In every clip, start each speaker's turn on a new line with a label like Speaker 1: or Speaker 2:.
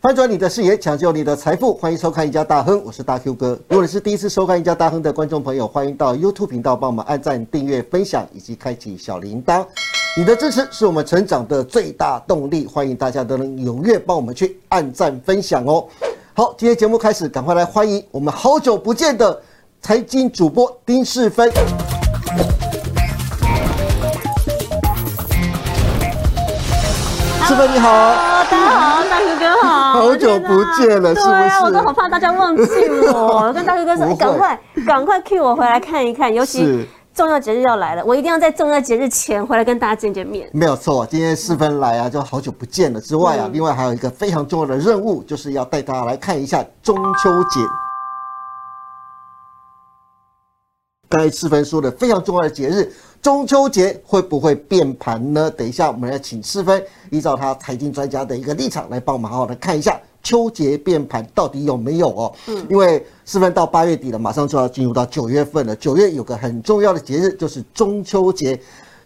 Speaker 1: 翻转你的视野，抢救你的财富，欢迎收看《一家大亨》，我是大 Q 哥。如果你是第一次收看《一家大亨》的观众朋友，欢迎到 YouTube 频道帮我们按赞、订阅、分享以及开启小铃铛。你的支持是我们成长的最大动力，欢迎大家都能踊跃帮我们去按赞、分享哦。好，今天节目开始，赶快来欢迎我们好久不见的财经主播丁世芬。世芬你好。
Speaker 2: 哦，大家好，大哥哥 好，
Speaker 1: 好久不见了是不是
Speaker 2: 天哪对啊，我都好怕大家忘记我。我跟大哥哥说，哎
Speaker 1: 不会
Speaker 2: 赶快赶快 cue 我回来看一看，尤
Speaker 1: 是
Speaker 2: 其重要节日要来了，我一定要在重要节日前回来跟大家见见面。
Speaker 1: 没有错，今天四分来啊，就好久不见了。之外啊，另外还有一个非常重要的任务，就是要带大家来看一下中秋节。刚才四分说的非常重要的节日，中秋节会不会变盘呢？等一下我们要请四分依照他财经专家的一个立场来帮我们好好的看一下秋节变盘到底有没有哦。嗯，因为四分到八月底了，马上就要进入到九月份了。九月有个很重要的节日就是中秋节。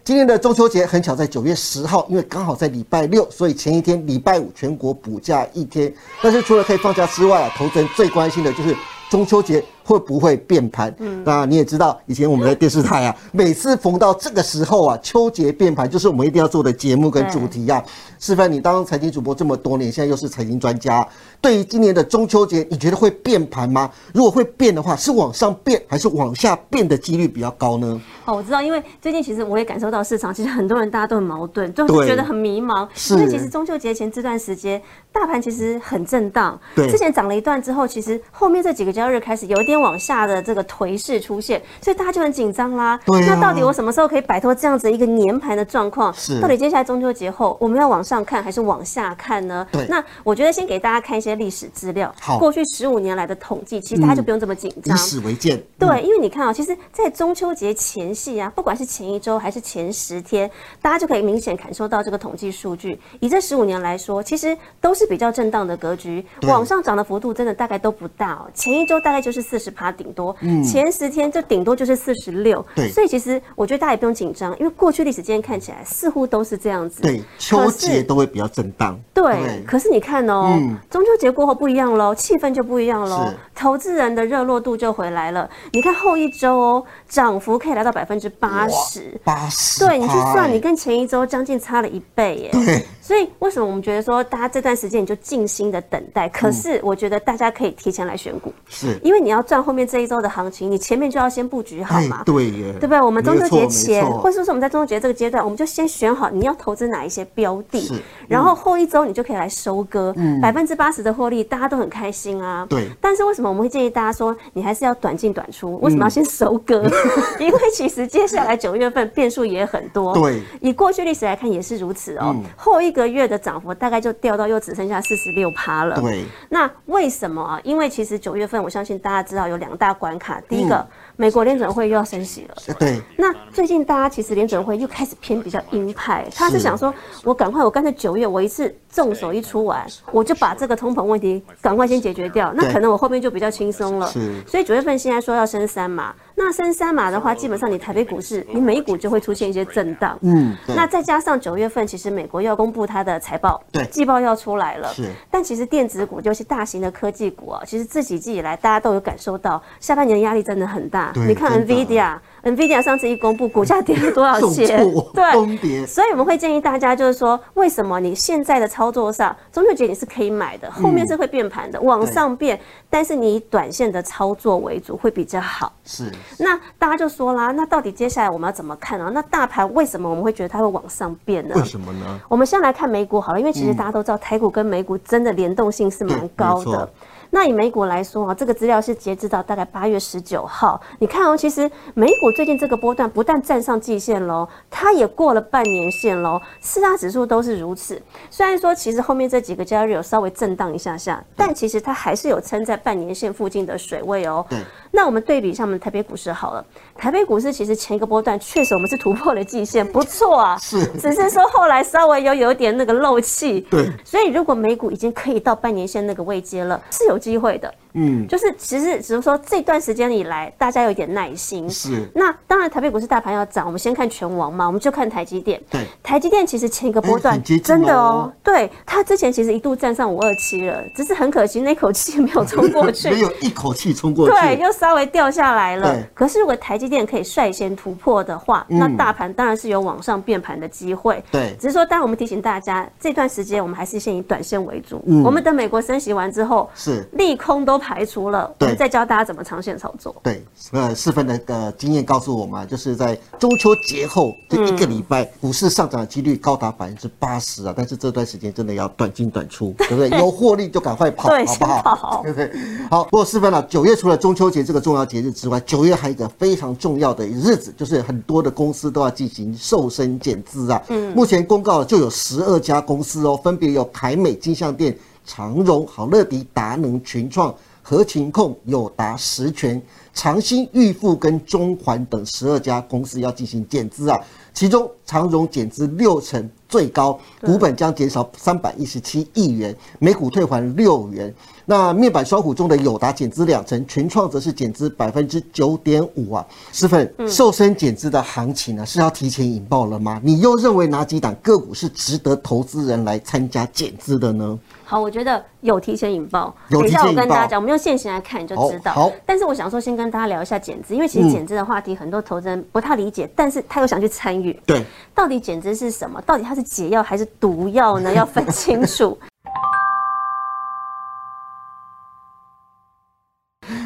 Speaker 1: 今年的中秋节很巧，在九月十号，因为刚好在礼拜六，所以前一天礼拜五全国补假一天。但是除了可以放假之外啊，投资人最关心的就是中秋节会不会变盘。那你也知道，以前我们在电视台啊，每次逢到这个时候啊，秋节变盘就是我们一定要做的节目跟主题啊。示范，你当财经主播这么多年，现在又是财经专家，对于今年的中秋节，你觉得会变盘吗？如果会变的话，是往上变还是往下变的几率比较高呢？
Speaker 2: 哦，我知道，因为最近其实我也感受到市场，其实很多人大家都很矛盾，都
Speaker 1: 对
Speaker 2: 是觉得很迷茫。
Speaker 1: 是
Speaker 2: 因为其实中秋节前这段时间，大盘其实很震荡。
Speaker 1: 对
Speaker 2: 之前涨了一段之后，其实后面这几个交易日开始有一点往下的这个颓势出现，所以大家就很紧张啦。
Speaker 1: 对啊
Speaker 2: 那到底我什么时候可以摆脱这样子一个年盘的状况？
Speaker 1: 是
Speaker 2: 到底接下来中秋节后，我们要往上看还是往下看呢？
Speaker 1: 对
Speaker 2: 那我觉得先给大家看一些历史资料。
Speaker 1: 好
Speaker 2: 过去十五年来的统计，其实大家就不用这么紧
Speaker 1: 以
Speaker 2: 张。
Speaker 1: 史为鉴。
Speaker 2: 对，因为你看啊、其实，在中秋节前夕啊，不管是前一周还是前十天，大家就可以明显感受到这个统计数据。以这十五年来说，其实都是比较震荡的格局，
Speaker 1: 对
Speaker 2: 往上涨的幅度真的大概都不大哦。前一周大概就是四十趴顶多，前十天就顶多就是四十六
Speaker 1: 嗯对。
Speaker 2: 所以其实我觉得大家也不用紧张，因为过去历史经验看起来似乎都是这样子。
Speaker 1: 对，秋
Speaker 2: 可是
Speaker 1: 节都会比较震荡。
Speaker 2: 对，可是你看哦，中秋节过后不一样喽，气氛就不一样喽
Speaker 1: 嗯是，
Speaker 2: 投资人的热络度就回来了。你看后一周哦，涨幅可以来到百分之八十。
Speaker 1: 八十。欸哎
Speaker 2: 对你去算，你跟前一周将近差了一倍耶。
Speaker 1: 对
Speaker 2: 所以为什么我们觉得说，大家这段时间你就静心的等
Speaker 1: 嗯
Speaker 2: 待？可是我觉得大家可以提前来选股，
Speaker 1: 是，
Speaker 2: 因为你要赚后面这一周的行情，你前面就要先布局好
Speaker 1: 哎
Speaker 2: 嘛，。
Speaker 1: 对耶，
Speaker 2: 对不对？我们中秋节
Speaker 1: 没
Speaker 2: 前，
Speaker 1: 错
Speaker 2: 或者说我们在中秋节这个阶段，我们就先选好你要投资哪一些标
Speaker 1: 是嗯
Speaker 2: 的，然后后一周你就可以来收割，百分之八十的获利，大家都很开心啊。
Speaker 1: 对嗯
Speaker 2: 但是为什么我们会建议大家说，你还是要短进短出？为什么要先收割？ 因为其实接下来九月份变数也很多。
Speaker 1: 对嗯
Speaker 2: 以过去历史来看也是如此哦。后一个月的涨幅大概就掉到又只剩下四十六趴了。
Speaker 1: 对
Speaker 2: 那为什么啊？因为其实九月份，我相信大家知道有两大关卡。第一个，
Speaker 1: 嗯
Speaker 2: 美国联准会又要升息了。
Speaker 1: 哎对
Speaker 2: 那最近大家其实联准会又开始偏比较鹰派，他是想说，我赶快，我干脆九月我一次重手一出完，我就把这个通膨问题赶快先解决掉，那
Speaker 1: 对
Speaker 2: 可能我后面就比较轻松了。
Speaker 1: 是
Speaker 2: 所以九月份现在说要升三码，那升三码的话，基本上你台北股市，你美股就会出现一些震荡。
Speaker 1: 嗯对
Speaker 2: 那再加上九月份，其实美国要公布它的财报，
Speaker 1: 对
Speaker 2: 季报要出来了。
Speaker 1: 是
Speaker 2: 但其实电子股，尤其大型的科技股啊，其实这几季以来大家都有感受到，下半年的压力真的很大。
Speaker 1: 对
Speaker 2: 你看
Speaker 1: 真的
Speaker 2: NVIDIA。NVIDIA 上次一公布，股价跌了多少 钱
Speaker 1: 重挫？崩跌
Speaker 2: 所以我们会建议大家，就是说，为什么你现在的操作上，中秋节你是可以买的，后面是会变盘
Speaker 1: 嗯
Speaker 2: 的，往上变，但是你以短线的操作为主会比较好。
Speaker 1: 是
Speaker 2: 那大家就说啦，那到底接下来我们要怎么看啊？那大盘为什么我们会觉得它会往上变呢？
Speaker 1: 为什么呢？
Speaker 2: 我们先来看美股好了，因为其实大家都知道台股跟美股真的联动性是蛮高
Speaker 1: 对没错
Speaker 2: 的。那以美股来说啊，这个资料是截止到大概八月十九号。你看哦，其实美股最近这个波段不但站上季线喽，它也过了半年线喽，四大指数都是如此。虽然说其实后面这几个交易日有稍微震荡一下下，但其实它还是有撑在半年线附近的水位哦。
Speaker 1: 对
Speaker 2: 那我们对比一下我们台北股市好了，台北股市其实前一个波段确实我们是突破了 季线，不错啊。
Speaker 1: 是
Speaker 2: 只是说后来稍微有有点那个漏气。
Speaker 1: 对
Speaker 2: 所以如果美股已经可以到半年线那个位阶了，是有机会的。嗯，就是其实只是说这段时间以来，大家有一点耐心。
Speaker 1: 是
Speaker 2: 那当然，台北股市大盘要涨，我们先看全网嘛，我们就看台积电。
Speaker 1: 对
Speaker 2: 台积电其实前一个波
Speaker 1: 哎
Speaker 2: 段
Speaker 1: 很接近
Speaker 2: 真的
Speaker 1: 哦
Speaker 2: 哦，对它之前其实一度站上五二七了，只是很可惜那口气没有冲 过 去，
Speaker 1: 没有一口气冲过去，
Speaker 2: 对，又稍微掉下来了
Speaker 1: 对。嗯
Speaker 2: 可是如果台积电可以率先突破的话，那大盘当然是有往上变盘的机会。
Speaker 1: 对
Speaker 2: 只是说，当然我们提醒大家，这段时间我们还是先以短线为主。
Speaker 1: 嗯
Speaker 2: 我们等美国升息完之后，
Speaker 1: 是。
Speaker 2: 利空都排除了，我
Speaker 1: 对
Speaker 2: 们再教大家怎么长线操作。
Speaker 1: 对，呃，四分的呃经验告诉我们啊，就是在中秋节后这一个
Speaker 2: 嗯
Speaker 1: 礼拜，股市上涨的几率高达百分之八十啊。但是这段时间真的要短进短出，对不对？有获利就赶快跑，
Speaker 2: 对
Speaker 1: 好不好？
Speaker 2: 先跑
Speaker 1: 对不对？好，不过四分啊，九月除了中秋节这个重要节日之外，九月还有一个非常重要的日子，就是很多的公司都要进行瘦身减资啊。嗯，目前公告就有十二家公司哦，分别有凯美金像店、长荣、好乐迪、达能、群创。合勤控、友达、实权、长兴、裕富跟中环等十二家公司要进行减资啊，其中长荣减资六成最高，股本将减少三百一十七亿元，每股退还六元。那面板双虎中的友达减资两成，群创则是减资百分之九点五啊。师粉，瘦身减资的行情呢、是要提前引爆了吗？你又认为哪几档个股是值得投资人来参加减资的呢？
Speaker 2: 好，我觉得有提前引爆。
Speaker 1: 有
Speaker 2: 等一
Speaker 1: 提
Speaker 2: 下
Speaker 1: 前
Speaker 2: 我跟
Speaker 1: 引爆
Speaker 2: 大家讲，我们用现行来看你就知道。
Speaker 1: 好嗯好
Speaker 2: 但是我想说，先跟大家聊一下减资，因为其实减资的话题很多投资人不太理解，但是他又想去参与。
Speaker 1: 对，
Speaker 2: 到底减资是什么？到底它是解药还是毒药呢？要分清 楚。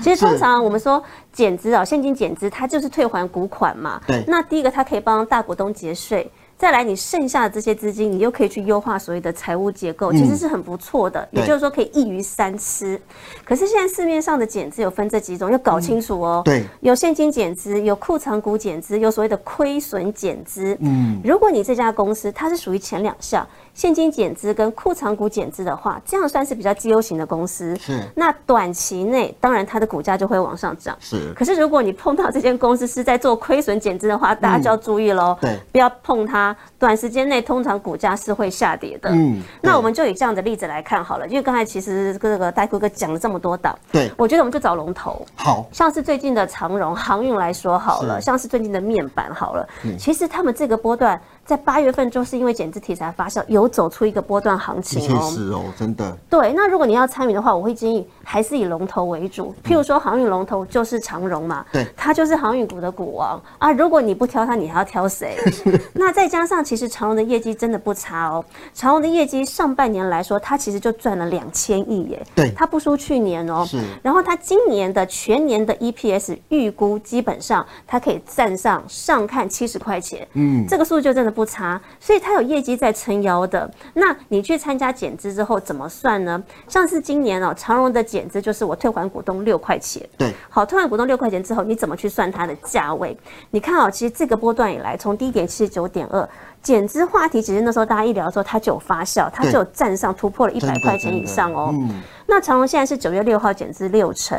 Speaker 2: 其实通常我们说减资啊，现金减资，它就是退还股款嘛。
Speaker 1: 对
Speaker 2: 那第一个，它可以帮大股东节税。再来，你剩下的这些资金，你又可以去优化所谓的财务结构，其实是很不错的。
Speaker 1: 嗯对
Speaker 2: 也就是说，可以一鱼三吃。可是现在市面上的减资有分这几种，要搞清楚哦。
Speaker 1: 对，
Speaker 2: 有现金减资，有库藏股减资，有所谓的亏损减资。嗯，如果你这家公司它是属于前两项，现金减资跟库藏股减资的话，这样算是比较绩优型的公司。
Speaker 1: 是
Speaker 2: 那短期内，当然它的股价就会往上涨。
Speaker 1: 是
Speaker 2: 可是如果你碰到这间公司是在做亏损减资的话，大家就要注意喽、
Speaker 1: 嗯对
Speaker 2: 不要碰它。短时间内通常股价是会下跌的。
Speaker 1: 嗯对
Speaker 2: 那我们就以这样的例子来看好了，因为刚才其实这个戴哥哥讲了这么多档，
Speaker 1: 对，
Speaker 2: 我觉得我们就找龙头。
Speaker 1: 好，
Speaker 2: 像是最近的长荣航运来说好了，
Speaker 1: 是嗯
Speaker 2: 像是最近的面板好了，其实他们这个波段在八月份就是因为减资题材发酵，有走出一个波段行
Speaker 1: 的
Speaker 2: 情
Speaker 1: 确
Speaker 2: 哦。
Speaker 1: 是哦，真的，
Speaker 2: 对，那如果你要参与的话，我会建议还是以龙头为主，譬如说航运龙头就是长荣嘛，
Speaker 1: 嗯对
Speaker 2: 它就是航运股的股王啊。如果你不挑它，你还要 挑谁？那再加上其实长荣的业绩真的不差哦，长荣的业绩上半年来说，它其实就赚了两千亿耶，
Speaker 1: 对
Speaker 2: 它不输去年哦。
Speaker 1: 是
Speaker 2: 然后它今年的全年的 EPS 预估基本上它可以站上上看七十块钱，嗯，这个数据就真的不差，所以它有业绩在撑腰的。那你去参加减资之后怎么算呢？像是今年哦，长荣的减资就是我退还股东六块钱，
Speaker 1: 对，
Speaker 2: 好，退还股东六块钱之后，你怎么去算它的价位？你看哦，其实这个波段以来，从低点七十九点二。减资话题，其实那时候大家一聊的时候，它就有发酵，它
Speaker 1: 对
Speaker 2: 就有站上突破了一
Speaker 1: 真
Speaker 2: 百
Speaker 1: 的
Speaker 2: 块钱
Speaker 1: 真
Speaker 2: 以
Speaker 1: 的嗯
Speaker 2: 上哦。那长荣现在是九月六号减资六成，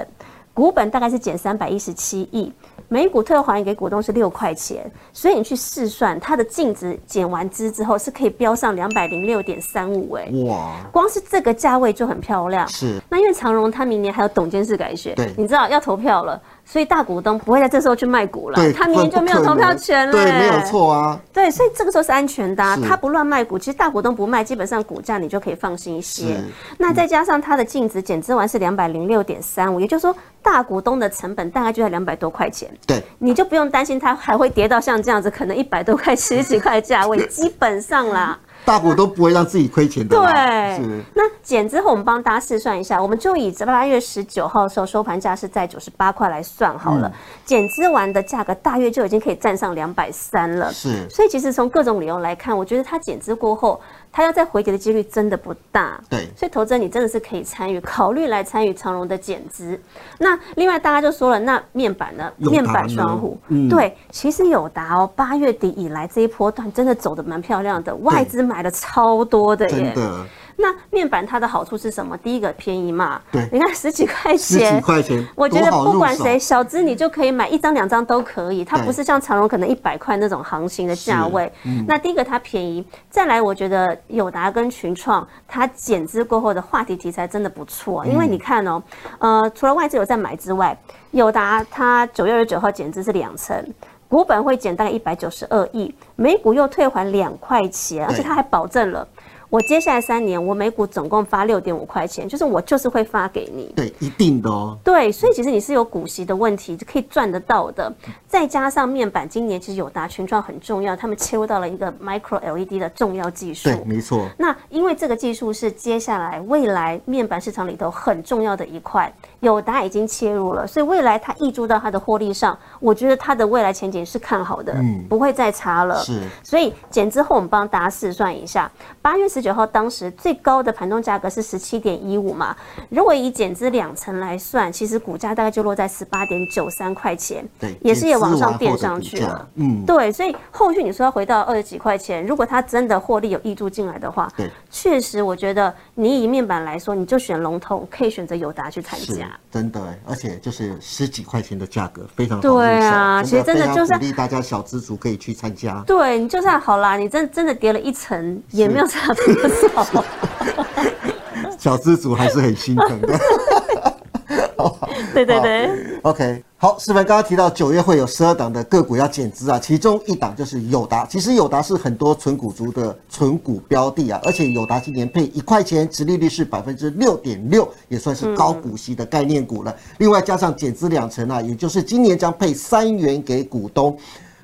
Speaker 2: 股本大概是减三百一十七亿，每股退还给股东是六块钱，所以你去试算它的净值减完资之后是可以飙上两百零六点三五哎。
Speaker 1: 哇，
Speaker 2: 光是这个价位就很漂亮，
Speaker 1: 是
Speaker 2: 那因为长荣它明年还有董监事改选，
Speaker 1: 对
Speaker 2: 你知道要投票了，所以大股东不会在这时候去卖股
Speaker 1: 对，
Speaker 2: 了，他明年就没有投票权了，欸
Speaker 1: 对，没有错啊，
Speaker 2: 对，所以这个时候是安全的、啊
Speaker 1: 是，
Speaker 2: 他不乱卖股，其实大股东不卖，基本上股价你就可以放心一些
Speaker 1: 是。
Speaker 2: 那再加上它的净值减资完是两百零六点三五，也就是说大股东的成本大概就在两百多块钱，
Speaker 1: 对，
Speaker 2: 你就不用担心它还会跌到像这样子，可能一百多块、七十几块的价 位，基本上啦。
Speaker 1: 大股都不会让自己亏钱的啦，
Speaker 2: 对
Speaker 1: 是，，
Speaker 2: 那减之后我们帮大家试算一下，我们就以八月十九号的时候收盘价是在九十八块来算好
Speaker 1: 嗯
Speaker 2: 了，减资完的价格大约就已经可以站上两百三了。
Speaker 1: 是
Speaker 2: 所以其实从各种理由来看，我觉得它减资过后，它要再回跌的几率真的不大。
Speaker 1: 对
Speaker 2: 所以投资人你真的是可以参与，考虑来参与长荣的减资。那另外大家就说了，那面板呢？
Speaker 1: 友达
Speaker 2: 面板
Speaker 1: 呢嗯
Speaker 2: 双虎，对，其实友达哦，八月底以来这一波段真的走的蛮漂亮的，外资买了超多的耶。
Speaker 1: 真的，
Speaker 2: 那面板它的好处是什么？第一个便宜嘛，
Speaker 1: 对
Speaker 2: 你看十几块
Speaker 1: 十几
Speaker 2: 钱。
Speaker 1: 块钱，
Speaker 2: 我觉得
Speaker 1: 多好
Speaker 2: 不管
Speaker 1: 入手
Speaker 2: 谁，小资你就可以买一张两张都可以，它
Speaker 1: 对嗯
Speaker 2: 不是像长荣可能一百块那种行情的价位。那第一个它便宜，再来我觉得友达跟群创它减资过后的话题题材真的不错，因为
Speaker 1: 嗯
Speaker 2: 你看哦，呃，除了外资有在买之外，友达它九月二十九号减资是两成。股本会减大概一百九十二亿，每股又退还两块钱，而且
Speaker 1: 对
Speaker 2: 它还保证了，我接下来三年我每股总共发六点五块钱，就是我就是会发给你。
Speaker 1: 对，一定的哦。
Speaker 2: 对，所以其实你是有股息的问题，可以赚得到的。再加上面板今年其实友达群创很重要，他们切入到了一个 micro LED 的重要技术
Speaker 1: 对。，没错，
Speaker 2: 那因为这个技术是接下来未来面板市场里头很重要的一块，友达已经切入了，所以未来它溢注到它的获利上，我觉得它的未来前景是看好的，不会再差了。
Speaker 1: 嗯是
Speaker 2: 所以减之后，我们帮大家试算一下，八月十九号当时最高的盘中价格是十七点一五嘛，如果以减资两成来算，其实股价大概就落在十八点九三块钱，
Speaker 1: 对，
Speaker 2: 也是也往上
Speaker 1: 减
Speaker 2: 垫
Speaker 1: 资完后的
Speaker 2: 上
Speaker 1: 股
Speaker 2: 去
Speaker 1: 价
Speaker 2: 了。
Speaker 1: 嗯，
Speaker 2: 对，所以后续你说要回到二十几块钱，如果它真的获利有溢注进来的话，
Speaker 1: 对，
Speaker 2: 确实我觉得你以面板来说，你就选龙头，可以选择友达去参
Speaker 1: 是
Speaker 2: 加。
Speaker 1: 真的欸，而且就是十几块钱的价格，非常好入手。
Speaker 2: 对啊其实真的
Speaker 1: 非常
Speaker 2: 就是
Speaker 1: 鼓励大家小资族可以去参加。
Speaker 2: 对你就算好啦，你真真的跌了一层，也没有差多少。
Speaker 1: 小资族还是很心疼的。
Speaker 2: 对对对。
Speaker 1: OK，好，师凡刚刚提到九月会有十二档的个股要减资啊，其中一档就是友达。其实友达是很多存股族的存股标的啊，而且友达今年配一块钱，殖利率是百分之六点六，也算是高股息的概念股了。另外加上减资两成啊，也就是今年将配三元给股东。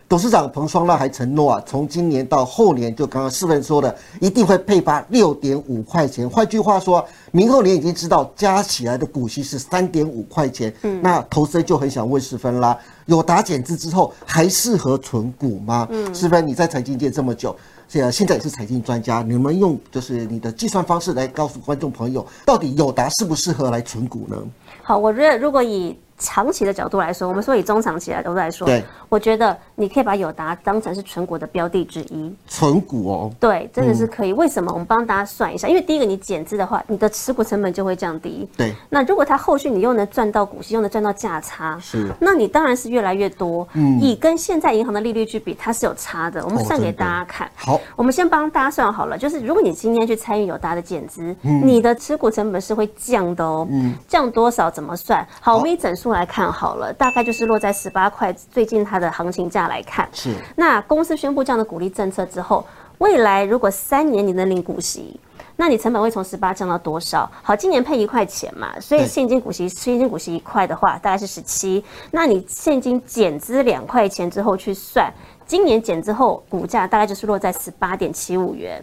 Speaker 1: 董事长彭双浪还承诺啊，从今年到后年，就刚刚世文说的，一定会配发六点五块钱。换句话说，明后年已经知道加起来的股息是三点五块钱。嗯，那投资人就很想问世芬啦，有打减资之后还适合存股吗？嗯，世芬，你在财经界这么久，现在现在也是财经专家，你们用就是你的计算方式来告诉观众朋友，到底友达适不适合来存股呢？
Speaker 2: 好，我觉得如果以长期的角度来说，我们说以中长期的角度来说，
Speaker 1: 对，
Speaker 2: 我觉得你可以把友达当成是纯股的标的之一，
Speaker 1: 存股哦，
Speaker 2: 对，真的是可以。为什么？我们帮大家算一下，因为第一个你减资的话，你的持股成本就会降低。
Speaker 1: 对，
Speaker 2: 那如果它后续你又能赚到股息，又能赚到价差，
Speaker 1: 是
Speaker 2: 那你当然是越来越多。嗯，以跟现在银行的利率去比，它是有差的。我们
Speaker 1: 哦
Speaker 2: 算给
Speaker 1: 真的
Speaker 2: 大家看，
Speaker 1: 好，
Speaker 2: 我们先帮大家算好了，就是如果你今天去参与友达的减资，
Speaker 1: 嗯
Speaker 2: 你的持股成本是会降的哦。降多少怎么算？好，我们以整数来看好了，大概就是落在十八块，最近它的行情价来看。
Speaker 1: 是
Speaker 2: 那公司宣布这样的鼓励政策之后，未来如果三年你能领股息。那你成本会从十八降到多少？好，今年配一块钱嘛，所以
Speaker 1: 对
Speaker 2: 现金股息，现金股息一块的话，大概是十七。那你现金减资两块钱之后去算，今年减之后股价大概就是落在十八点七五元。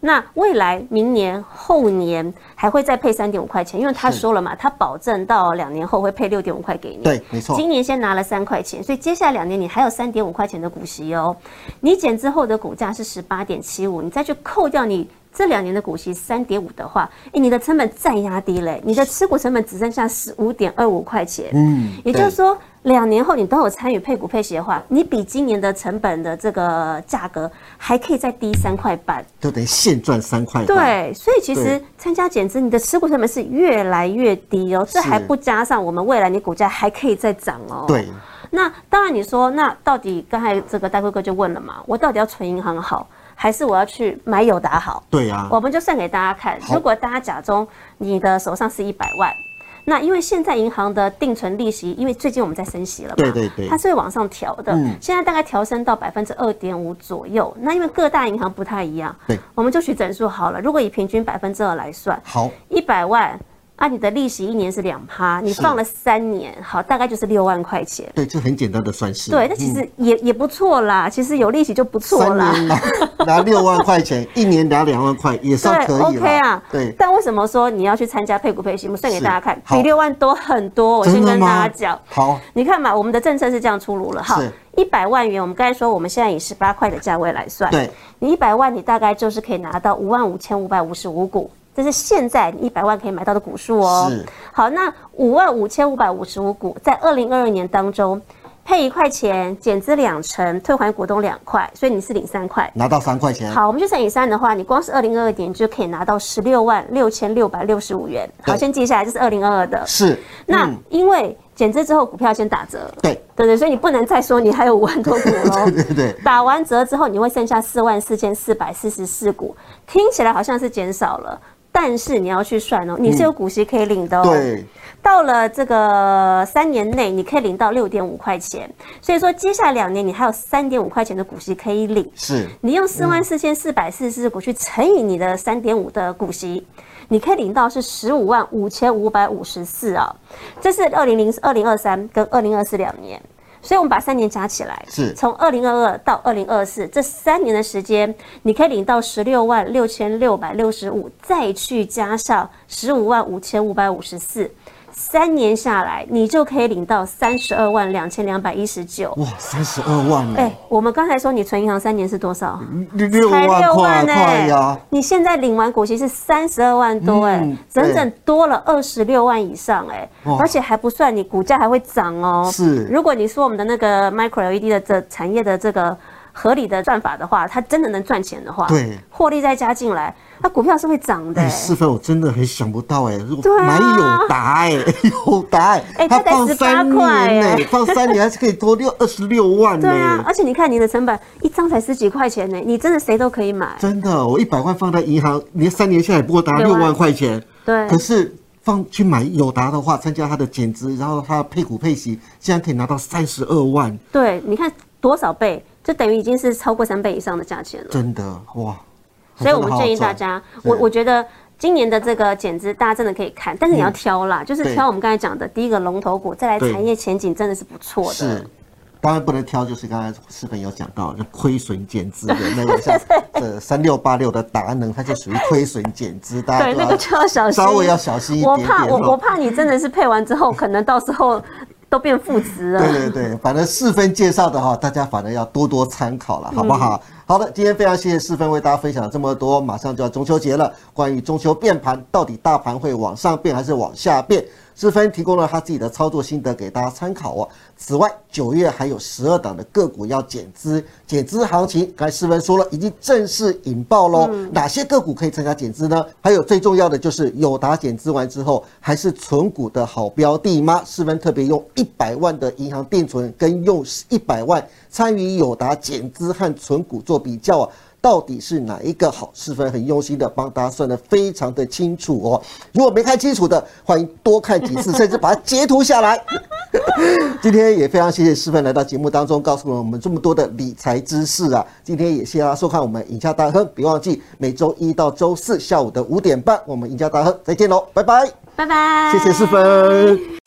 Speaker 2: 那未来明年、后年还会再配三点五块钱，因为他说了嘛，他保证到两年后会配六点五块给你。
Speaker 1: 对，没错，
Speaker 2: 今年先拿了三块钱，所以接下来两年你还有三点五块钱的股息哦。你减之后的股价是十八点七五，你再去扣掉你这两年的股息三点五的话，诶，你的成本再压低嘞，你的持股成本只剩下十五点二五块钱。
Speaker 1: 嗯，
Speaker 2: 也就是
Speaker 1: 对
Speaker 2: 说，两年后你都有参与配股配息的话，你比今年的成本的这个价格还可以再低三块半。
Speaker 1: 就等于现赚三块半。
Speaker 2: 对，所以其实
Speaker 1: 对
Speaker 2: 参加减资，你的持股成本是越来越低哦，这
Speaker 1: 是
Speaker 2: 还不加上我们未来你股价还可以再涨哦。。
Speaker 1: 对，
Speaker 2: 那当然，你说那到底刚才这个戴哥哥就问了嘛，我到底要存银行好，还是我要去买友达好？
Speaker 1: 对啊，
Speaker 2: 我们就算给大家看，
Speaker 1: 好
Speaker 2: 如果大家假中你的手上是一百万，那因为现在银行的定存利息，因为最近我们在升息了嘛，
Speaker 1: 对对嗯对
Speaker 2: 它是会往上调的，现在大概调升到百分之二点五左右。那因为各大银行不太一样，
Speaker 1: 对，
Speaker 2: 我们就取整数好了。如果以平均百分之二来算，
Speaker 1: 好，
Speaker 2: 一百万。啊，你的利息一年是两趴，你
Speaker 1: 是
Speaker 2: 放了三年，好，大概就是六万块钱。
Speaker 1: 对，这很简单的算式。
Speaker 2: 对，那其实也、也不错啦，其实有利息就不错
Speaker 1: 嗯三
Speaker 2: 啦。
Speaker 1: 年拿拿六万块钱，一年拿两万块也算
Speaker 2: 对
Speaker 1: 可以了。
Speaker 2: ，OK 啊。
Speaker 1: 对，
Speaker 2: 但为什么说你要去参加配股配息？我们算给
Speaker 1: 是
Speaker 2: 大家看，
Speaker 1: 好
Speaker 2: 比六万多很多。我先
Speaker 1: 真的
Speaker 2: 跟大
Speaker 1: 吗
Speaker 2: 家讲，
Speaker 1: 好，
Speaker 2: 你看嘛，我们的政策是这样出炉了哈
Speaker 1: 是。
Speaker 2: 一百万元，我们刚才说我们现在以十八块的价位来算，
Speaker 1: 对，
Speaker 2: 你一百万，你大概就是可以拿到五万五千五百五十五股。这是现在你一百万可以买到的股数哦。
Speaker 1: 是。
Speaker 2: 好，那五万五千五百五十五股，在二零二二年当中，配一块钱，减资两成，退还股东两块，所以你是领三块。
Speaker 1: 拿到三块钱，
Speaker 2: 好，我们就乘以三的话，你光是二零二二年就可以拿到十六万六千六百六十五元。好，
Speaker 1: 对
Speaker 2: 先记下来，这是二零二二的。
Speaker 1: 是
Speaker 2: 那
Speaker 1: 嗯
Speaker 2: 因为减资之后股票先打折，
Speaker 1: 对
Speaker 2: 对对，所以你不能再说你还有五万多股喽。
Speaker 1: 对对对
Speaker 2: 打完折之后，你会剩下四万四千四百四十四股，听起来好像是减少了，但是你要去算哦，你是有股息可以领的哦。
Speaker 1: 嗯对，
Speaker 2: 到了这个三年内，你可以领到六点五块钱，所以说接下来两年你还有三点五块钱的股息可以领。
Speaker 1: 是
Speaker 2: 你用四
Speaker 1: 嗯
Speaker 2: 万四千四百四十四股去乘以你的三点五的股息，你可以领到是十五万五千五百五十四啊，这是二零零二零二三跟二零二四两年。所以，我们把三年加起来，
Speaker 1: 是
Speaker 2: 从二零二二到二零二四这三年的时间，你可以领到十六万六千六百六十五，再去加上十五万五千五百五十四，三年下来，你就可以领到三十二万两千两百一十九。
Speaker 1: 哇，三十二万
Speaker 2: 哎、
Speaker 1: 呢，
Speaker 2: 我们刚才说你存银行三年是多少？
Speaker 1: 六六
Speaker 2: 才
Speaker 1: 万
Speaker 2: 六
Speaker 1: 块
Speaker 2: 万呢、
Speaker 1: 块呀，
Speaker 2: 你现在领完股息是三十二万多哎、
Speaker 1: 嗯
Speaker 2: 整整多了二十六万以上哎、
Speaker 1: 哇
Speaker 2: 而且还不算你股价还会涨哦。
Speaker 1: 是
Speaker 2: 如果你说我们的那个 micro LED 的这产业的这个合理的算法的话，它真的能赚钱的话，
Speaker 1: 对
Speaker 2: 获利再加进来，它股票是会涨的、
Speaker 1: 哎，
Speaker 2: 哎
Speaker 1: 四分我真的很想不到哎，如果
Speaker 2: 对啊
Speaker 1: 蛮有答哎， 有答哎，
Speaker 2: 哎
Speaker 1: 他
Speaker 2: 大概
Speaker 1: 放三
Speaker 2: 18块
Speaker 1: 年
Speaker 2: 哎
Speaker 1: 呢，放三年还是可以多六二十六万
Speaker 2: 对啊，
Speaker 1: 呢，
Speaker 2: 而且你看你的成本一张才十几块钱呢、你真的谁都可以买。
Speaker 1: 真的，我一百万放在银行，连三年下来不过达
Speaker 2: 六
Speaker 1: 六
Speaker 2: 万
Speaker 1: 万块钱，
Speaker 2: 对
Speaker 1: 可是。放去买友达的话，参加它的减资，然后它配股配息，竟然可以拿到三十二万，
Speaker 2: 对，你看多少倍，就等于已经是超过三倍以上的价钱了。
Speaker 1: 真的哇！
Speaker 2: 所以我们
Speaker 1: 真的好好
Speaker 2: 建议大
Speaker 1: 赚
Speaker 2: 家，
Speaker 1: 对
Speaker 2: 我我觉得今年的这个减资，大家真的可以看，但是你要挑啦，就是
Speaker 1: 嗯对
Speaker 2: 挑我们刚才讲的第一个龙头股，再来
Speaker 1: 对
Speaker 2: 产业前景真的是不错的
Speaker 1: 是。，当然不能挑，就是刚才四分有讲到的亏损减资的那个，像呃三六八六的达能，它就属于亏损减资，大家
Speaker 2: 对，
Speaker 1: 都
Speaker 2: 那个就要小心，
Speaker 1: 稍微要小心一点
Speaker 2: 我
Speaker 1: 点
Speaker 2: 怕我
Speaker 1: 哦
Speaker 2: 我怕你真的是配完之后，可能到时候都变负值了。
Speaker 1: 对对对，反正四分介绍的哈，大家反正要多多参考了，好不好？好的，今天非常谢谢四分为大家分享这么多，马上就要中秋节了，关于中秋变盘，到底大盘会往上变还是往下变？四分提供了他自己的操作心得给大家参考哦。此外，九月还有十二档的个股要减资，减资行情，刚才四分说了，已经正式引爆喽。哪些个股可以参加减资呢？还有最重要的就是友达减资完之后，还是存股的好标的吗？四分特别用一百万的银行定存跟用一百万参与友达减资和存股做比较啊。到底是哪一个好？四分很用心的帮大家算得非常的清楚哦。如果没看清楚的，欢迎多看几次，甚至把它截图下来。今天也非常谢谢师范来到节目当中，告诉了我们这么多的理财知识啊！今天也谢谢大家收看我们赢家大亨，别忘记每周一到周四下午的五点半，我们赢家大亨再见喽，拜拜！
Speaker 2: 拜拜。
Speaker 1: 谢谢师。芬。